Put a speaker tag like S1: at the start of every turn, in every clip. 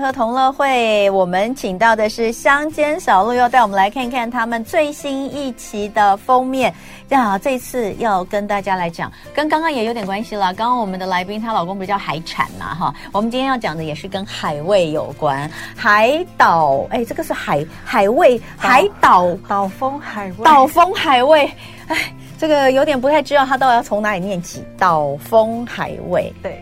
S1: 合同乐会，我们请到的是乡间小路，要带我们来看看他们最新一期的封面。啊，这次要跟大家来讲，跟刚刚也有点关系了。刚刚我们的来宾她老公不是叫海产嘛，哈，我们今天要讲的也是跟海味有关，海岛，哎，这个是海海味，海岛
S2: 岛风海味，
S1: 岛风海味，哎，这个有点不太知道它到底要从哪里念起，岛风海味。
S2: 对，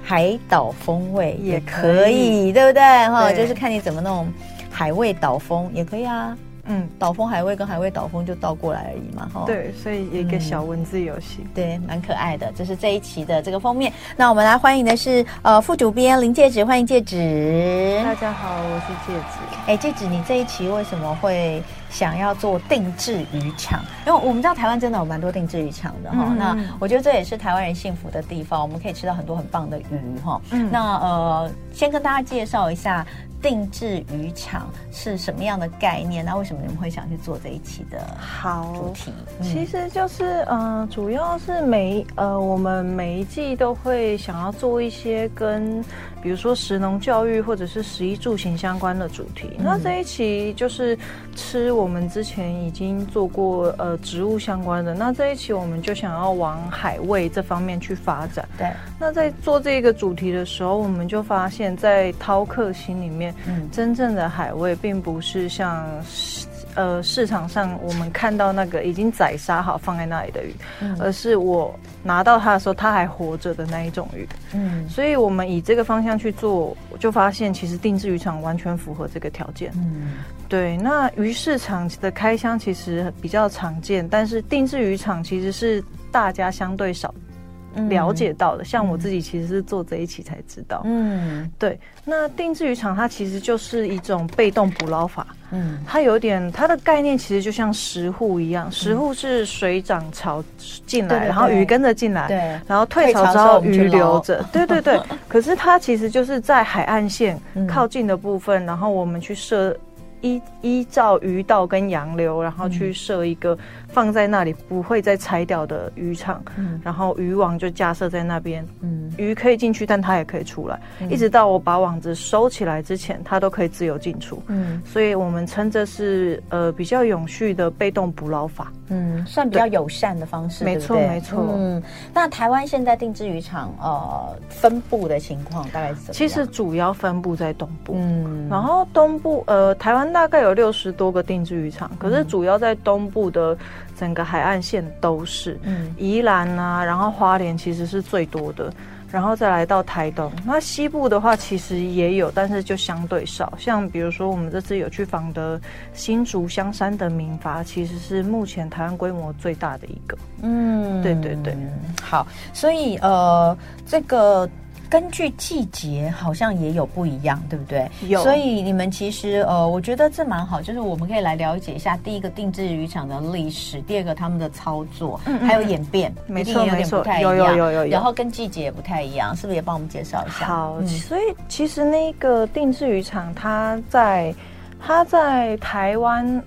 S1: 海岛风味也
S2: 也
S1: 可
S2: 可
S1: 以，
S2: 以
S1: 对不对？哈，
S2: 对
S1: 就是看你怎么弄，海味岛风也可以啊，
S2: 嗯，
S1: 岛风海味跟海味岛风就倒过来而已嘛，哈。
S2: 对，所以一个小文字游戏。
S1: 对，蛮可爱的，这是这一期的这个封面。那我们来欢迎的是呃副主编林戒指，欢迎戒指。
S2: 嗯大家好，我是戒指。
S1: 哎，戒指，你这一期为什么会想要做定制渔场？因为我们知道台湾真的有蛮多定制渔场的哈、
S2: 嗯
S1: 那我觉得这也是台湾人幸福的地方，我们可以吃到很多很棒的鱼哈、
S2: 嗯
S1: 那呃，先跟大家介绍一下定制渔场是什么样的概念，那为什么你们会想去做这一期的主
S2: 好，
S1: 题？
S2: 其
S1: 嗯
S2: 实就是呃，主要是每一呃，我们每一季都会想要做一些跟，比如说食农教育或者是食衣住行相关的主题。那这一期就是吃，我们之前已经做过呃植物相关的，那这一期我们就想要往海味这方面去发展。
S1: 对，
S2: 那在做这个主题的时候，我们就发现，在饕客心里面，
S1: 嗯
S2: 真正的海味并不是像市呃市场上我们看到那个已经宰杀好放在那里的鱼，而是我拿到它的时候它还活着的那一种鱼。
S1: 嗯
S2: 所以我们以这个方向去做，我就发现其实定制渔场完全符合这个条件。
S1: 嗯
S2: 对，那鱼市场的开箱其实比较常见，但是定制渔场其实是大家相对少
S1: 嗯
S2: 了解到的。像我自己其实是做这一期才知道。
S1: 嗯
S2: 对，那定制渔场它其实就是一种被动捕捞法，
S1: 嗯
S2: 它有点它的概念其实就像石沪一样，石沪是水涨潮进
S1: 嗯对
S2: 来，
S1: 对
S2: 然后
S1: 对
S2: 鱼跟着进来，
S1: 对
S2: 然后退
S1: 退
S2: 潮
S1: 潮
S2: 之
S1: 之后我
S2: 后
S1: 们去
S2: 鱼
S1: 捞
S2: 留着，对对对。可是它其实就是在海岸线
S1: 嗯
S2: 靠近的部分，然后我们去设依依照鱼道跟洋流，然后去设一个放在那里不会再拆掉的渔场，
S1: 嗯
S2: 然后渔网就架设在那边，
S1: 嗯
S2: 鱼可以进去，但它也可以出来，一直到我把网子收起来之前，它都可以自由进出。
S1: 嗯
S2: 所以我们称这是呃比较永续的被动捕捞法。
S1: 嗯，算比较友善的方式，
S2: 没
S1: 对不
S2: 错
S1: 对
S2: 没错
S1: 嗯，那台湾现在定制渔场呃分布的情况大概是怎么样？
S2: 其实主要分布在东部，
S1: 嗯，
S2: 然后东部呃台湾大概有六十多个定制渔场，可是主要在东部的整个海岸线都是。
S1: 嗯
S2: 宜兰啊，然后花莲其实是最多的，然后再来到台东。那西部的话，其实也有，但是就相对少。像比如说，我们这次有去访的新竹香山的民筏，其实是目前台湾规模最大的一个。
S1: 嗯
S2: 对对对，
S1: 好，所以呃这个。根据季节好像也有不一样，对不对？
S2: 有
S1: 所以你们其实呃，我觉得这蛮好，就是我们可以来了解一下第一个定制渔场的历史，第二个他们的操作，还有演变，
S2: 嗯没
S1: 一定
S2: 错
S1: 也有
S2: 没
S1: 点不
S2: 错
S1: 太一
S2: 有
S1: 样，
S2: 有有有有
S1: 然后跟季节也不太一样，是不是也帮我们介绍一下？
S2: 好，
S1: 嗯
S2: 所以其实那个定制渔场，它在它在台湾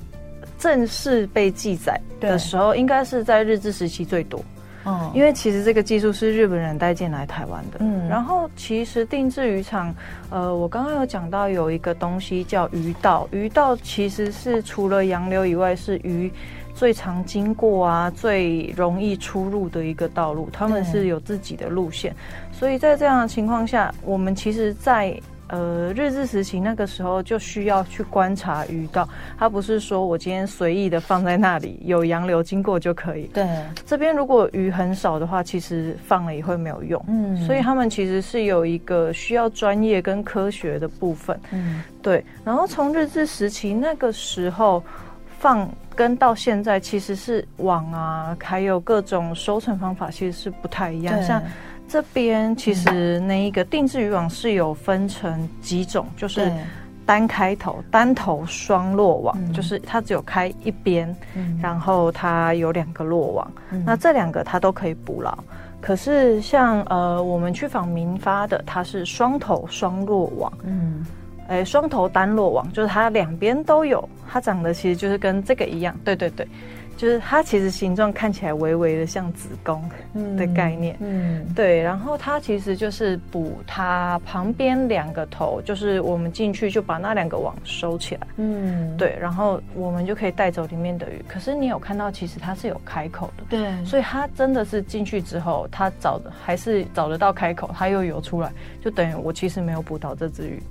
S2: 正式被记载
S1: 对
S2: 的时候，应该是在日治时期最多。
S1: 嗯
S2: 因为其实这个技术是日本人带进来台湾的。
S1: 嗯
S2: 嗯，然后其实定制渔场，呃，我刚刚有讲到有一个东西叫鱼道，鱼道其实是除了洋流以外，是鱼最常经过啊、最容易出入的一个道路，他们
S1: 对
S2: 是有自己的路线。所以在这样的情况下，我们其实在，呃日治时期那个时候就需要去观察鱼道，它不是说我今天随意的放在那里，有洋流经过就可以。
S1: 对，
S2: 这边如果鱼很少的话，其实放了也会没有用。
S1: 嗯
S2: 所以他们其实是有一个需要专业跟科学的部分，
S1: 嗯
S2: 对。然后从日治时期那个时候放跟到现在，其实是网啊，还有各种收成方法其实是不太一样。
S1: 对
S2: 像这边其实那一个定制渔网是有分成几种，就是
S1: 对
S2: 单开头、单头双落网，
S1: 嗯
S2: 就是它只有开一边，
S1: 嗯
S2: 然后它有两个落网，
S1: 嗯
S2: 那这两个它都可以捕捞。可是像呃，我们去访民发的，它是双头双落网，
S1: 嗯
S2: 哎，双头单落网，就是它两边都有，它长得其实就是跟这个一样，对对对。就是它其实形状看起来微微的像子宫的概念。
S1: 嗯
S2: 对，然后它其实就是补它旁边两个头，就是我们进去就把那两个网收起来，
S1: 嗯，
S2: 对，然后我们就可以带走里面的鱼。可是你有看到，其实它是有开口的，
S1: 对，
S2: 所以它真的是进去之后，它找的还是找得到开口，它又游出来，就等于我其实没有捕到这只鱼。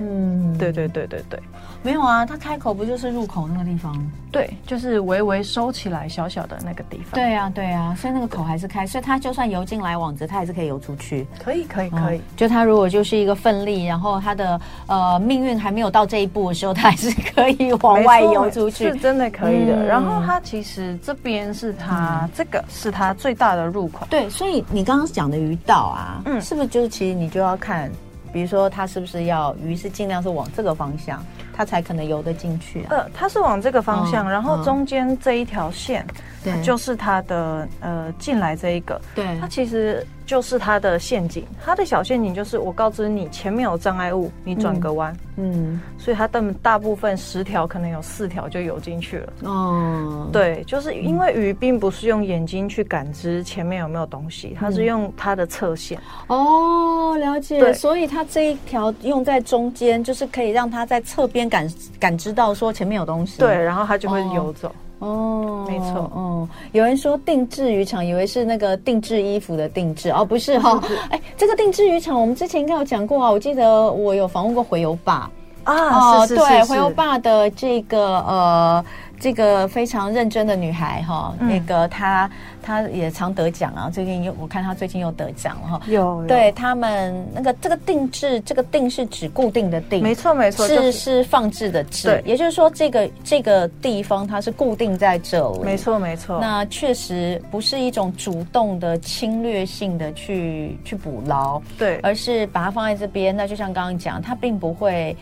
S1: 嗯，
S2: 对对对对对
S1: 没有啊，它开口不就是入口那个地方？
S2: 对，就是微微收起来小小的那个地方。，
S1: 对啊，对啊，所以那个口还是开，所以它就算游进来网子，它还是可以游出去。
S2: 可以可以
S1: 哦
S2: 可以。
S1: 就它如果就是一个奋力，然后它的呃命运还没有到这一步的时候，它还是可以往
S2: 哦没
S1: 外
S2: 错
S1: 游出去
S2: 是。真的可以的。
S1: 嗯
S2: 然后它其实这边是它、这个是它最大的入口，
S1: 对，所以你刚刚讲的鱼道啊，
S2: 嗯
S1: 是不是就是其实你就要看，比如说它是不是要鱼是尽量是往这个方向，它才可能游得进去啊。
S2: 呃，它是往这个方向，
S1: 嗯
S2: 然后中间这一条线、
S1: 对
S2: 就是它的呃进来这一个，
S1: 对
S2: 它其实就是它的陷阱。它的小陷阱就是我告知你前面有障碍物，你转个弯。
S1: 嗯，
S2: 所以它的大部分十条可能有四条就游进去了。
S1: 哦，
S2: 对，就是因为鱼并不是用眼睛去感知前面有没有东西，它
S1: 嗯
S2: 是用它的侧线。
S1: 哦，了解。
S2: 对
S1: 所以它这一条用在中间，就是可以让它在侧边感感知到说前面有东西。
S2: 对，，然后它就会
S1: 哦
S2: 游走。
S1: 哦，
S2: 没错
S1: 哦，有人说定制渔场，以为是那个定制衣服的定制，哦，不是 哈、哦，哎，这个定制渔场我们之前应该有讲过啊，我记得我有访问过回游爸，
S2: 啊，是是
S1: 哦对，
S2: 是
S1: 回游
S2: 是，
S1: 爸的这个呃。这个非常认真的女孩哈，
S2: 嗯
S1: 那个她她也常得奖啊，最近又我看她最近又得奖了哈。
S2: 有有
S1: 对他们那个这个定制，这个定是指固定的定，
S2: 没错没错，就是
S1: 是放置的置
S2: 对，
S1: 也就是说这个这个地方它是固定在这里，
S2: 没。错没错。
S1: 那确实不是一种主动的侵略性的去去捕捞，
S2: 对，
S1: 而是把它放在这边。那就像刚刚讲，它并不会，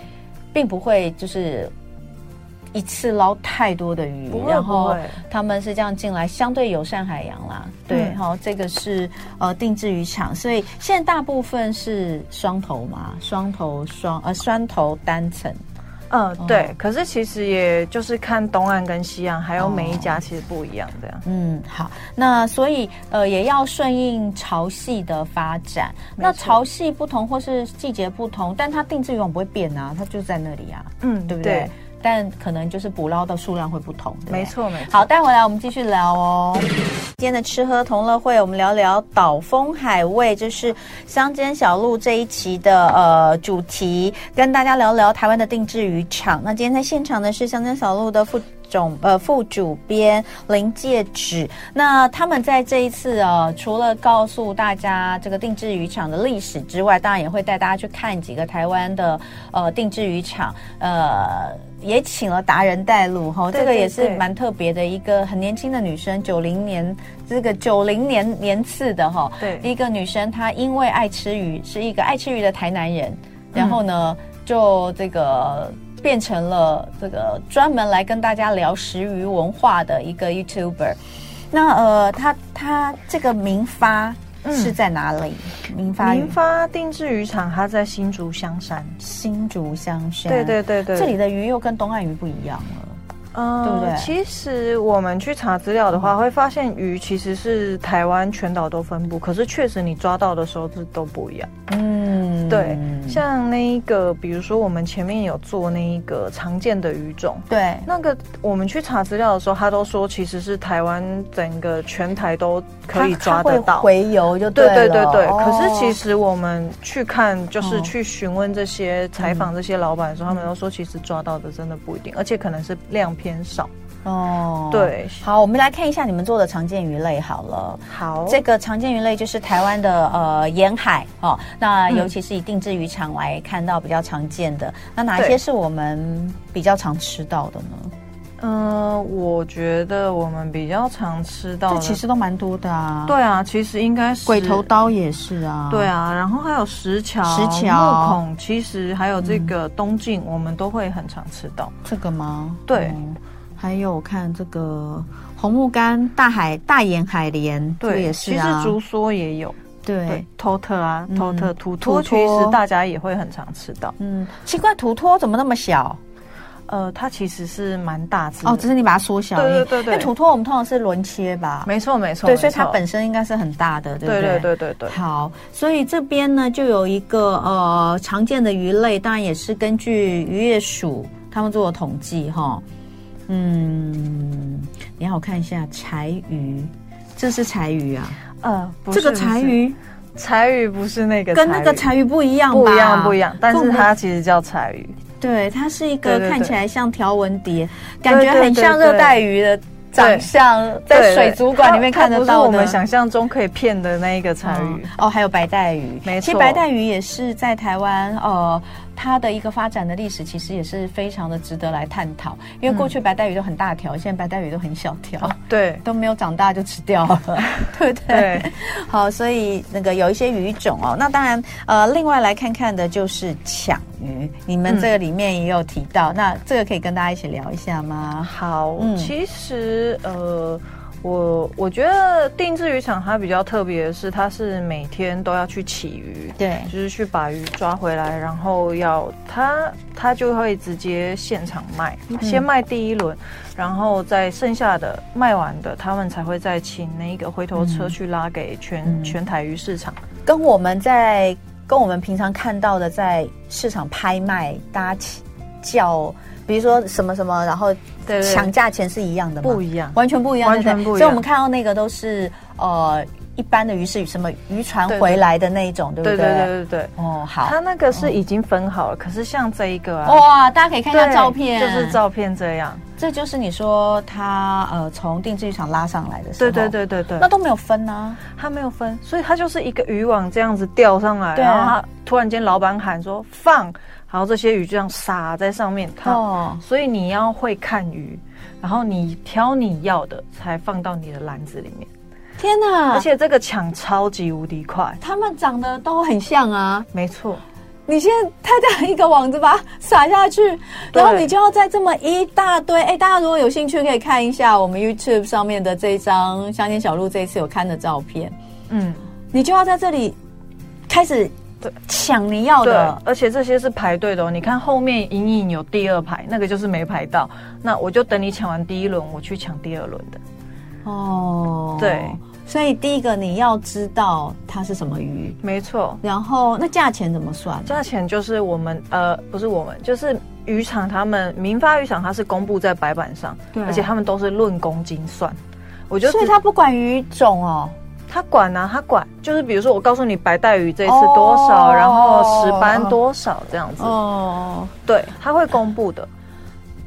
S1: 并不会就是一次捞太多的鱼
S2: 不，会
S1: 然后
S2: 不会
S1: 他们是这样进来，相对友善海洋啦。对，
S2: 嗯
S1: 好、这个是呃定制渔场，所以现在大部分是双头嘛，双头双呃双头单层。呃
S2: 嗯
S1: 哦
S2: 对。可是其实也就是看东岸跟西岸，还有每一
S1: 哦
S2: 家其实不一样这样。
S1: 嗯，好，那所以呃也要顺应潮汐的发展。
S2: 没
S1: 那
S2: 错
S1: 潮汐不同或是季节不同，但它定制渔网不会变啊，它就在那里啊，
S2: 嗯，
S1: 对不对？但可能就是捕捞的数量会不同，对不对
S2: 没。错没错。
S1: 好，待会来我们继续聊哦。今天的吃喝同乐会，我们聊聊岛风海味，就是乡间小路这一期的呃主题，跟大家聊聊台湾的定制渔场。那今天在现场的是乡间小路的副总呃副主编林介指。那他们在这一次呃，除了告诉大家这个定制渔场的历史之外，当然也会带大家去看几个台湾的呃定制渔场，呃。也请了达人带路哈，
S2: 对
S1: 这个
S2: 对
S1: 也是
S2: 对
S1: 蛮特别的一个很年轻的女生，九零年这个九零年年次的哈，
S2: 对
S1: 一个女生她因为爱吃鱼，是一个爱吃鱼的台南人，
S2: 嗯
S1: 然后呢，就这个变成了这个专门来跟大家聊食鱼文化的一个 YouTuber。那呃，她她这个民发
S2: 嗯
S1: 是在哪里？民发
S2: 民发定制渔场，它在新竹香山。
S1: 新竹乡下。
S2: 对，对对对，
S1: 这里的鱼又跟东岸鱼不一样了。
S2: 嗯，
S1: 对不对
S2: 其实我们去查资料的话，会发现鱼其实是台湾全岛都分布，可是确实你抓到的时候是都不一样。
S1: 嗯，
S2: 对，像那一个，比如说我们前面有做那一个常见的鱼种。
S1: 对，
S2: 那个我们去查资料的时候，他都说其实是台湾整个全台都可以抓得
S1: 它它
S2: 到，
S1: 会回游就
S2: 对
S1: 了
S2: 对对对。
S1: 哦
S2: 可是其实我们去看，就是
S1: 哦
S2: 去询问这
S1: 嗯
S2: 些采访这些老板的时候，他们都说其实抓到的真的不一定，而且可能是量偏少。
S1: 哦，。
S2: 对，
S1: 好，我们来看一下你们做的常见鱼类好了。
S2: 好，
S1: 这个常见鱼类就是台湾的呃沿海哦，那
S2: 嗯
S1: 尤其是以定制渔场来看到比较常见的，那哪一
S2: 对
S1: 些是我们比较常吃到的呢？
S2: 嗯、我觉得我们比较常吃到
S1: 这
S2: 的，
S1: 其实都蛮多的啊，，
S2: 哦对啊，其实应该是
S1: 鬼头。刀也是啊，
S2: 对啊，然后还有石桥、
S1: 石桥嗯
S2: 木孔，其实还有这个东晋，我们都会很常吃到。
S1: 这个吗？
S2: 对
S1: 哦还有我看这个红木柑、大海大眼海莲，这个
S2: 对，
S1: 也是
S2: 其实
S1: 啊，
S2: 竹梭也有，
S1: 对
S2: 对，，头特啊，头特、土
S1: 土托
S2: 托，其实大家也会很常吃到。
S1: 嗯，奇怪，土托怎么那么小？
S2: 呃，它其实是蛮大只的
S1: 哦，只是你把它缩小而已。
S2: 对对对对
S1: 因为土托我们通常是轮切吧，
S2: 没错没错，
S1: 对，
S2: 没
S1: 所以它
S2: 错
S1: 本身应该是很大的，对不
S2: 对对对对对，
S1: 好，所以这边呢就有一个呃常见的鱼类，当然也是根据渔业署他们做的统计哈。嗯，你让我看一下柴鱼，这是柴鱼啊，
S2: 呃，不
S1: 这
S2: 是
S1: 个柴，鱼
S2: 不是柴鱼不是那个
S1: 跟那个
S2: 鱼
S1: 柴鱼不一样吧？
S2: 不一样不一样，但
S1: 跟我
S2: 是
S1: 们
S2: 它其实叫柴鱼，
S1: 对，它是一
S2: 对
S1: 个
S2: 对对
S1: 看起来像条纹蝶，
S2: 对
S1: 感觉很像热带鱼的长相，在
S2: 对
S1: 水族馆里面
S2: 它
S1: 看得
S2: 它
S1: 到的。
S2: 不是我们想象中可以骗的那一个柴
S1: 嗯
S2: 鱼，
S1: 哦，还有白带鱼，
S2: 没
S1: 其实
S2: 错
S1: 白带鱼也是在台湾，呃，它的一个发展的历史其实也是非常的值得来探讨，因为过
S2: 嗯
S1: 去白带鱼都很大条，现在白带鱼都很小条，
S2: 哦，对
S1: 都没有长大就吃掉 了，对不对？
S2: 对，
S1: 好，所以那个有一些鱼种哦，那当然，呃，另外来看看的就是抢鱼，你们
S2: 嗯
S1: 这个里面也有提到，那这个可以跟大家一起聊一下吗？
S2: 好，
S1: 嗯
S2: 其实呃，我我觉得定制渔场它比较特别的是，它是每天都要去起鱼，
S1: 对
S2: 就是去把鱼抓回来，然后要它它就会直接现场卖，先卖第一轮，然后再剩下的卖完的，他们才会再请那个回头车去拉给全、
S1: 嗯
S2: 全台鱼市场。
S1: 跟我们在跟我们平常看到的在市场拍卖，大家起叫，比如说什么什么，然后
S2: 对对
S1: 抢价钱是一样的吗？
S2: 不一样
S1: 完全不一样，
S2: 完全
S1: 对对
S2: 不一样
S1: 所以我们看到那个都是呃一般的鱼是什么渔船回来的那一种，对
S2: 对
S1: 不
S2: 对对对对对，
S1: 哦，好
S2: 它。那个是已经分好了，可是像这一个啊。
S1: 哇，大家可以看一下
S2: 对
S1: 照片，
S2: 就是，照片这样。
S1: 这就是你说他呃从定制渔场拉上来的时候，
S2: 对对，对对对，
S1: 那都没有分啊，
S2: 他没有分，所以他就是一个渔网这样子钓上来，
S1: 对啊
S2: 然后他突然间老板喊说放，然后这些鱼就这样撒在上面。它
S1: 哦
S2: 所以你要会看鱼，然后你挑你要的才放到你的篮子里面，
S1: 天哪！
S2: 而且这个抢超级无敌快。
S1: 他们长得都很像啊，
S2: 没错，
S1: 你现在他这样一个网子把它撒下去，
S2: 对
S1: 然后你就要在这么一大堆。哎，大家如果有兴趣，可以看一下我们 YouTube 上面的这一张乡间小路这一次有看的照片。
S2: 嗯，
S1: 你就要在这里开始抢你要
S2: 对
S1: 的，，
S2: 而且这些是排队的哦。你看后面隐隐有第二排，那个就是没排到。那我就等你抢完第一轮，我去抢第二轮的。
S1: 哦，
S2: 对。
S1: 所以第一个你要知道它是什么鱼，
S2: 没错，
S1: 然后那价钱怎么算？
S2: 价钱就是我们呃，不是我们，就是渔场他们民发渔场，它是公布在白板上，
S1: 对
S2: 而且他们都是论公斤算。我就
S1: 所以
S2: 知
S1: 它不管鱼种哦，
S2: 他管啊，他管，就是比如说我告诉你白带鱼这一次
S1: 哦
S2: 多少，然后石斑多少这样子，
S1: 哦，
S2: 对，他会公布的。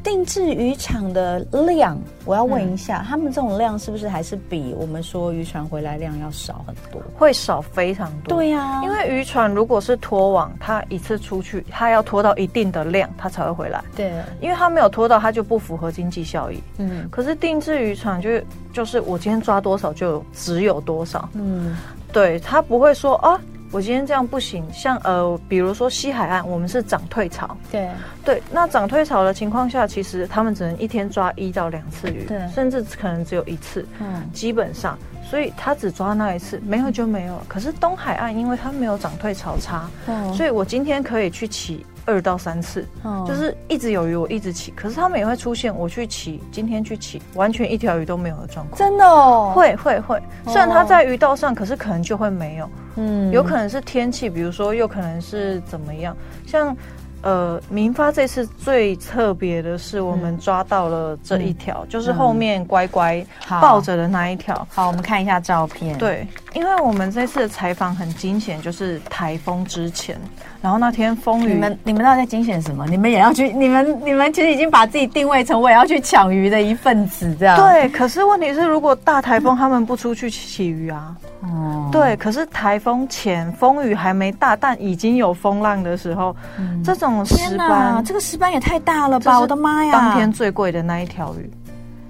S1: 定制渔场的量，我要问一下，他们这种量是不是还是比我们说渔船回来量要少很多？
S2: 会少非常多。、
S1: 呀、
S2: 因为渔船如果是拖网，它一次出去，它要拖到一定的量，它才会回来，
S1: 对，啊
S2: 因为它没有拖到，它就不符合经济效益。
S1: 嗯
S2: 可是定制渔船就就是我今天抓多少就只有多少，
S1: 嗯，
S2: 对它不会说啊，我今天这样不行。像呃，比如说西海岸，我们是涨退潮，
S1: 对，
S2: 对，那涨退潮的情况下，其实他们只能一天抓一到两次鱼
S1: 对，
S2: 甚至可能只有一次，
S1: 嗯
S2: 基本上，所以他只抓那一次，没有就没有了。可是东海岸，因为它没有涨退潮差，
S1: 哦
S2: 所以我今天可以去起二到三次，
S1: 哦
S2: 就是一直有鱼，我一直起。可是他们也会出现我去起，今天去起，完全一条鱼都没有的状况。
S1: 真的哦，，
S2: 会会会，虽然它在鱼道上，可是可能就会没有。
S1: 嗯
S2: 有可能是天气，比如说，又可能是怎么样，像。呃，民发这次最特别的是，我们抓到了这一条，就是后面乖乖
S1: 好
S2: 抱着的那一条。
S1: 好，我们看一下照片，，
S2: 对，因为我们这次的采访很惊险，就是台风之前，然后那天风
S1: 你
S2: 雨，
S1: 们你们到底在精选什么？你们也要去，你们你们其实已经把自己定位成我也要去抢鱼的一份子，这样，
S2: 对，可是问题是，如果大台风他们不出去起鱼啊，
S1: 哦，
S2: 对，可是台风前风雨还没大，但已经有风浪的时候，这种
S1: 天
S2: 石
S1: 哪，
S2: 斑，
S1: 这个石斑也太大了
S2: 这
S1: 吧！
S2: 是
S1: 我的妈呀！
S2: 当天最贵的那一条鱼，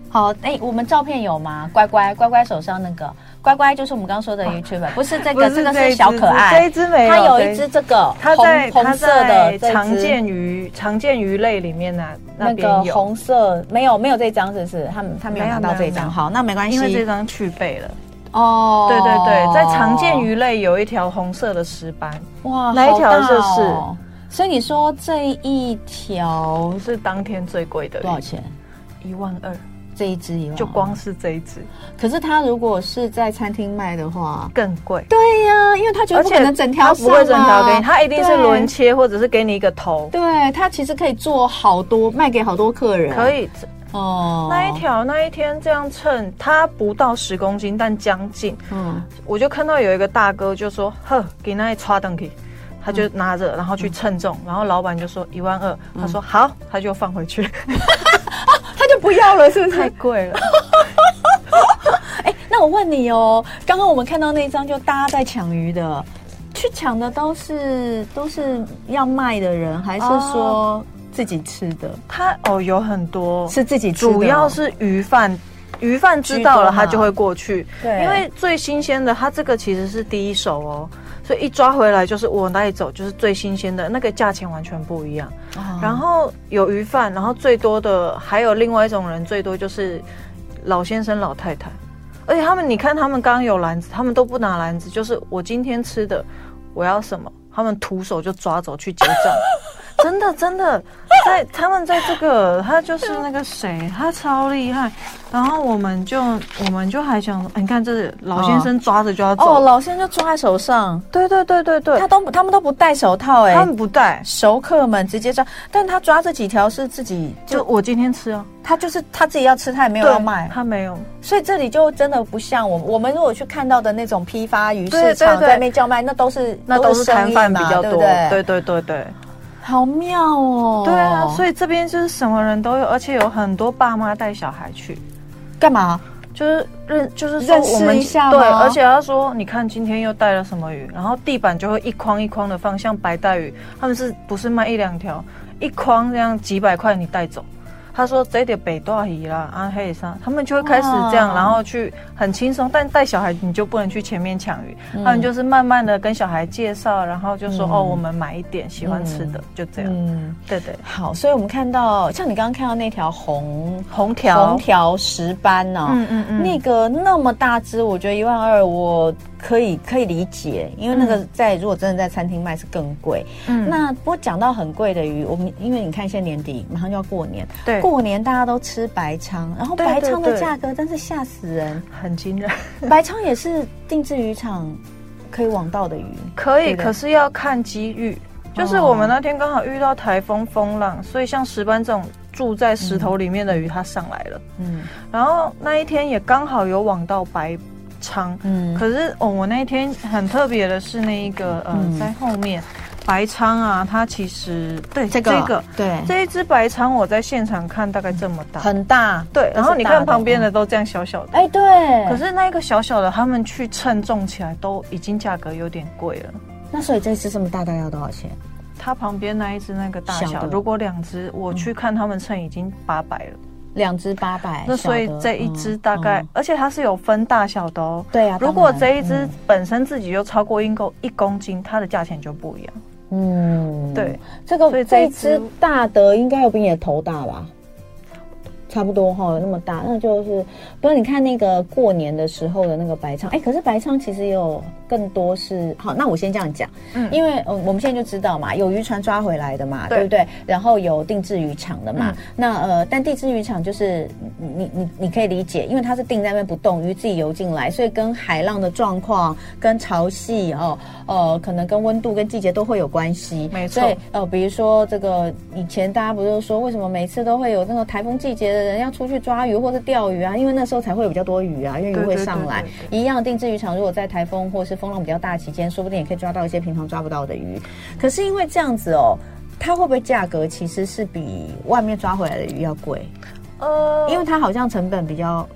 S1: 好，哎、我们照片有吗？乖乖，乖乖手上那个，乖乖就是我们刚刚说的 YouTuber，不是这
S2: 不
S1: 个，
S2: 是
S1: 这个
S2: 这一
S1: 是
S2: 只
S1: 小可
S2: 这
S1: 爱
S2: 一，只没有，
S1: 它有
S2: 这
S1: 一只这个
S2: 它在
S1: 红红
S2: 它
S1: 色的
S2: 在
S1: 这一只
S2: 常见鱼常见鱼类里面呢、
S1: 那
S2: 那
S1: 个
S2: 边有，
S1: 红色没有没有这张是不是？他们他没有
S2: 没有
S1: 拿到
S2: 没有
S1: 这一张，
S2: 没有
S1: 好，那没关系，
S2: 因为这张去背了。
S1: 哦，
S2: 对对对，在常见鱼类有一条红色的石斑，
S1: 哇，
S2: 哪一条
S1: 好大哦所以你说这一条
S2: 是当天最贵的，
S1: 多少钱？
S2: 一万二，
S1: 这一只一万二
S2: 就光是这一只
S1: 可是它如果是在餐厅卖的话，
S2: 更贵。
S1: 对呀、因为它绝对不可能整条
S2: 它
S1: 上
S2: 不会整条给
S1: 啊
S2: 你，它一定是
S1: 对
S2: 轮切或者是给你一个头，
S1: 对，它其实可以做好多，卖给好多客人。
S2: 可以。
S1: 哦，
S2: 那一，条那一天这样称，它不到十公斤，但将近。
S1: 嗯，
S2: 我就看到有一个大哥就说：“呵，给那一刷登去。”他
S1: 嗯
S2: 就拿着，然后去称重，然后老板就说一万二，他说好，他就放 回去，
S1: 他就不要了，是不
S2: 太
S1: 是？
S2: 贵了。
S1: 哎，那我问你哦， 刚刚我们看到那一张，就大家在抢鱼的，去抢的都是都是要卖的人，还是说自己吃的？
S2: 他哦，有很多，
S1: 是自己吃的哦
S2: 主要是鱼贩，鱼贩知道了
S1: 居多嘛
S2: 他就会过去，
S1: 对
S2: 因为最新鲜的，它这个其实是第一手哦，所以一抓回来就是我哪里走就是最新鲜的，那个价钱完全不一样。
S1: 哦
S2: 然后有鱼贩，然后最多的还有另外一种人，最多就是老先生、老太太，而且他们，你看他们刚刚有篮子，他们都不拿篮子，就是我今天吃的，我要什么，他们徒手就抓走去结账。 真的真的，在他们在这个，他就是那个谁，他超厉害。然后我们就我们就还想说，哎你看这是老先生抓着就要
S1: 哦，
S2: 走，
S1: 老先生就抓在手上，
S2: 对对对对对
S1: 他，都不他们都不戴手套、
S2: 他
S1: 哎，
S2: 们不带，
S1: 熟客们直接抓，但他抓这几条是自己
S2: 就
S1: 就
S2: 我今天吃啊，
S1: 他就是他自己要吃，他也没有
S2: 对
S1: 要卖，
S2: 他没有。
S1: 所以这里就真的不像我们我们如果去看到的那种批发鱼
S2: 对
S1: 市场
S2: 对对
S1: 在那边叫卖，那都是
S2: 那都是
S1: 生
S2: 摊
S1: 意
S2: 贩比
S1: 嘛
S2: 较
S1: 对
S2: 多，
S1: 不对
S2: 对对对对，
S1: 好妙哦。
S2: 对啊，所
S1: 以
S2: 以这边就是什么人都有，而且有很多爸妈带小孩去，
S1: 干嘛？
S2: 就是认就是说
S1: 认识
S2: 我们
S1: 一下
S2: 对，
S1: 吗
S2: 而且他说你看今天又带了什么鱼，然后地板就会一筐一筐的放，像白带鱼，他们是不是卖一两条，一筐这样几百块你带走。他说：“这点北大鱼啦，啊黑啥，他们就会开始这样，
S1: 哇
S2: 然后去很轻松。但带小孩你就不能去前面抢鱼，他们就是慢慢的跟小孩介绍，然后就说、
S1: 嗯
S2: 哦，我们买一点喜欢吃的，就这样。
S1: 嗯，
S2: 对啊对，
S1: 好，所以我们看到像你刚刚看到那条红
S2: 红条，
S1: 红条石斑呢、
S2: 嗯嗯嗯，
S1: 那个那么大只，我觉得一万二我可以可以理解，因为那个在、如果真的在餐厅卖是更贵。
S2: 嗯
S1: 那不过讲到很贵的鱼，我们因为你看现在年底马上就要过年，
S2: 对
S1: 过年大家都吃白鲳，然后
S2: 对
S1: 白鲳
S2: 对
S1: 的
S2: 对
S1: 价格真是吓死人，
S2: 很惊人，
S1: 白鲳也是定制渔场可以网到的鱼，
S2: 可
S1: 对
S2: 以，
S1: 不对
S2: 可是要看机遇。就是我们那天刚好遇到台风风浪，所以像石斑这种住在石头里面的鱼，它上来了。
S1: 嗯
S2: 然后那一天也刚好有网到白鲳，
S1: 嗯，
S2: 可是哦，我那一天很特别的是那一个呃，
S1: 嗯
S2: 在后面白鲳啊，它其实对
S1: 这个对
S2: 这一只白鲳，我在现场看大概这么大，
S1: 很大，
S2: 对，然后你看旁边
S1: 的，
S2: 的都这样小小的。
S1: 哎对，
S2: 可是那一个小小的，他们去称重起来都已经价格有点贵了。
S1: 那所以这只这么大大概要多少钱？
S2: 它旁边那一只那个大小，
S1: 小的
S2: 如果两只，我去看他们称已经八百了。
S1: 两只八百，
S2: 那所以
S1: 嗯哎小的
S2: 这一只大概，
S1: 嗯嗯
S2: 而且它是有分大小的哦。
S1: 对啊，
S2: 如果
S1: 当然
S2: 这一只本身自己就超过英购一公斤，它的价钱就不一样。
S1: 嗯，
S2: 对，
S1: 这个
S2: 所以
S1: 这
S2: 这
S1: 一
S2: 一
S1: 只
S2: 只
S1: 大的应该有比你的头大吧？差不多哈，有那么大，那就是不过你看那个过年的时候的那个白鲳，哎、可是白鲳其实也有更多是好，那我先这样讲，
S2: 嗯
S1: 因为呃我们现在就知道嘛，有渔船抓回来的嘛，对
S2: 对
S1: 不对？然后有定制渔场的嘛，
S2: 嗯
S1: 那呃，但定制渔场就是你你你你可以理解，因为它是定在那边不动，鱼自己游进来，所以跟海浪的状况、跟潮汐哦呃，可能跟温度跟季节都会有关系，
S2: 没错
S1: 所以呃，比如说这个以前大家不是说为什么每次都会有那个台风季节的人要出去抓鱼或是钓鱼啊？因为那时候才会有比较多鱼啊，因为鱼
S2: 对
S1: 会
S2: 对对
S1: 上来
S2: 对。
S1: 一样定制渔场，如果在台风或是风浪比较大期间，说不定也可以抓到一些平常抓不到的鱼。可是因为这样子哦，它会不会价格其实是比外面抓回来的鱼要贵？
S2: 呃
S1: 因为它好像成本比较。哦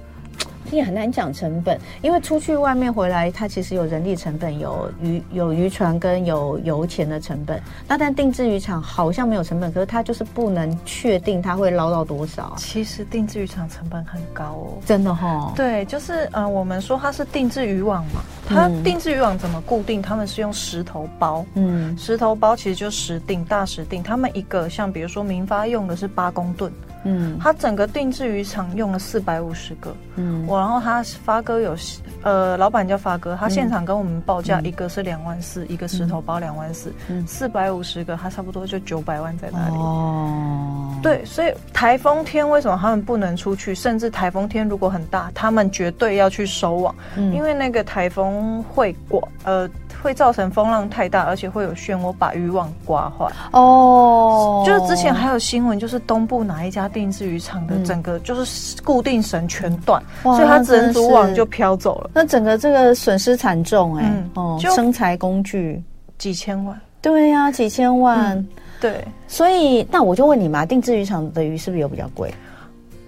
S1: 也很难讲成本，因为出去外面回来，它其实有人力成本，有渔有渔船跟有油钱的成本。那但定制渔场好像没有成本，可是它就是不能确定它会捞到多少，啊
S2: 其实定制渔场成本很高哦。
S1: 真的哈。
S2: 对，就是呃，我们说它是定制渔网嘛，它
S1: 嗯
S2: 定制渔网怎么固定？他们是用石头包，
S1: 嗯，
S2: 石头包其实就石锭、大石锭，他们一个像比如说民发用的是八公吨，
S1: 嗯
S2: 它整个定制渔场用了四百五十个，
S1: 嗯，
S2: 我然后他发哥有呃，老板叫发哥，他现场跟我们报价一个是两万四、一个石头包两万四、
S1: 嗯
S2: 四百五十个，他差不多就九百万在那里。
S1: 哦，
S2: 对，所以台风天为什么他们不能出去？甚至台风天如果很大，他们绝对要去收网，
S1: 嗯，
S2: 因为那个台风会刮，呃，会造成风浪太大，而且会有漩涡把渔网刮坏。
S1: 哦，
S2: 就是之前还有新闻，就是东部哪一家定制渔场的
S1: 嗯
S2: 整个就是固定绳全断，
S1: 哇
S2: 所以它只能组网
S1: 真的是
S2: 就飘走了
S1: 那整个这个损失惨重哎、
S2: 嗯
S1: 哦，
S2: 就
S1: 生财工具，嗯
S2: 几千万。
S1: 对呀、几千万。
S2: 对，
S1: 所以，那我就问你嘛，定制渔场的鱼是不是有比较贵？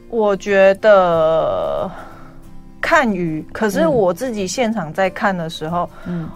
S2: 我觉得呃看鱼，可是我自己现场在看的时候，
S1: 嗯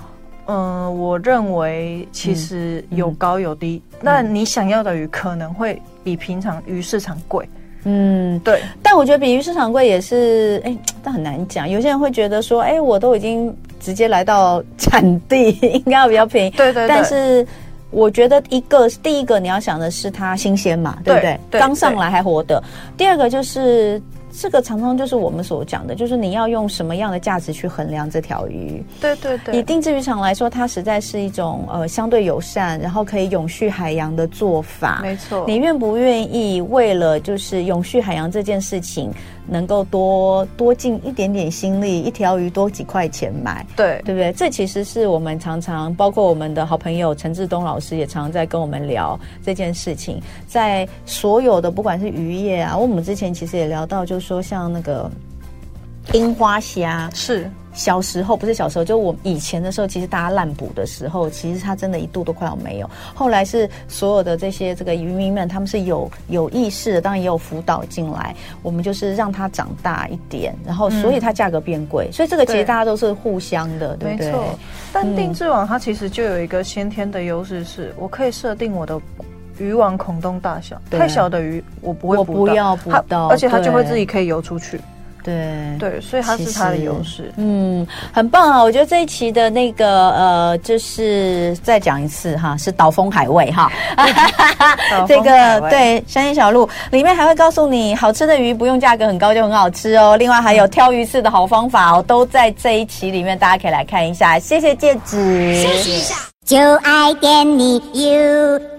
S2: 嗯、我认为其实有高有低。
S1: 嗯
S2: 那你想要的鱼可能会比平常鱼市场贵，
S1: 嗯，
S2: 对，
S1: 但我觉得比鱼市场贵也是，哎、但很难讲。有些人会觉得说，哎、我都已经直接来到产地， 应该要比较便宜。
S2: 对对对
S1: 但是我觉得一个第一个你要想的是它新鲜嘛，对不
S2: 对
S1: 对？
S2: 对
S1: 刚上来还活的。第二个就是这个常常就是我们所讲的，就是你要用什么样的价值去衡量这条鱼。
S2: 对对
S1: 以
S2: 对，
S1: 定制渔场来说，它实在是一种呃相对友善，然后可以永续海洋的做法。
S2: 没错，
S1: 你愿不愿意为了就是永续海洋这件事情，能够多多尽一点点心力，一条鱼多几块钱买？
S2: 对
S1: 对不对？这其实是我们常常，包括我们的好朋友陈志东老师也常常在跟我们聊这件事情。在所有的不管是渔业啊，我们之前其实也聊到，就是说像那个樱花虾，
S2: 是，
S1: 小时候不是小时候，就我以前的时候，其实大家滥捕的时候，其实它真的一度都快要没有。后来是所有的这些这个渔民们，他们是有有意识的，当然也有辅导进来，我们就是让它长大一点，然后所以它价格变贵。所以这个其实
S2: 对
S1: 大家都是互相的，对
S2: 没
S1: 不对？
S2: 错。但定制网它其实就有一个先天的优势，是我可以设定我的渔网孔洞大小，
S1: 对啊
S2: 太小的鱼我不会
S1: 我
S2: 捕
S1: 不
S2: 到
S1: 要捕
S2: 它
S1: 到
S2: 而且它就会
S1: 对
S2: 自己可以游出去。
S1: 对。
S2: 对，所以它
S1: 其
S2: 是它的
S1: 实
S2: 优势。
S1: 嗯，很棒啊！我觉得这一期的那个呃，就是再讲一次哈，是岛风海味哈，
S2: 岛
S1: 这
S2: 哦风海
S1: 个
S2: 味，
S1: 对山间小路里面还会告诉你好吃的鱼不用价格很高就很好吃哦。另外还
S2: 嗯
S1: 有挑鱼刺的好方法哦，都在这一期里面，大家可以来看一下。谢谢戒指，
S3: 就爱点你 UFO。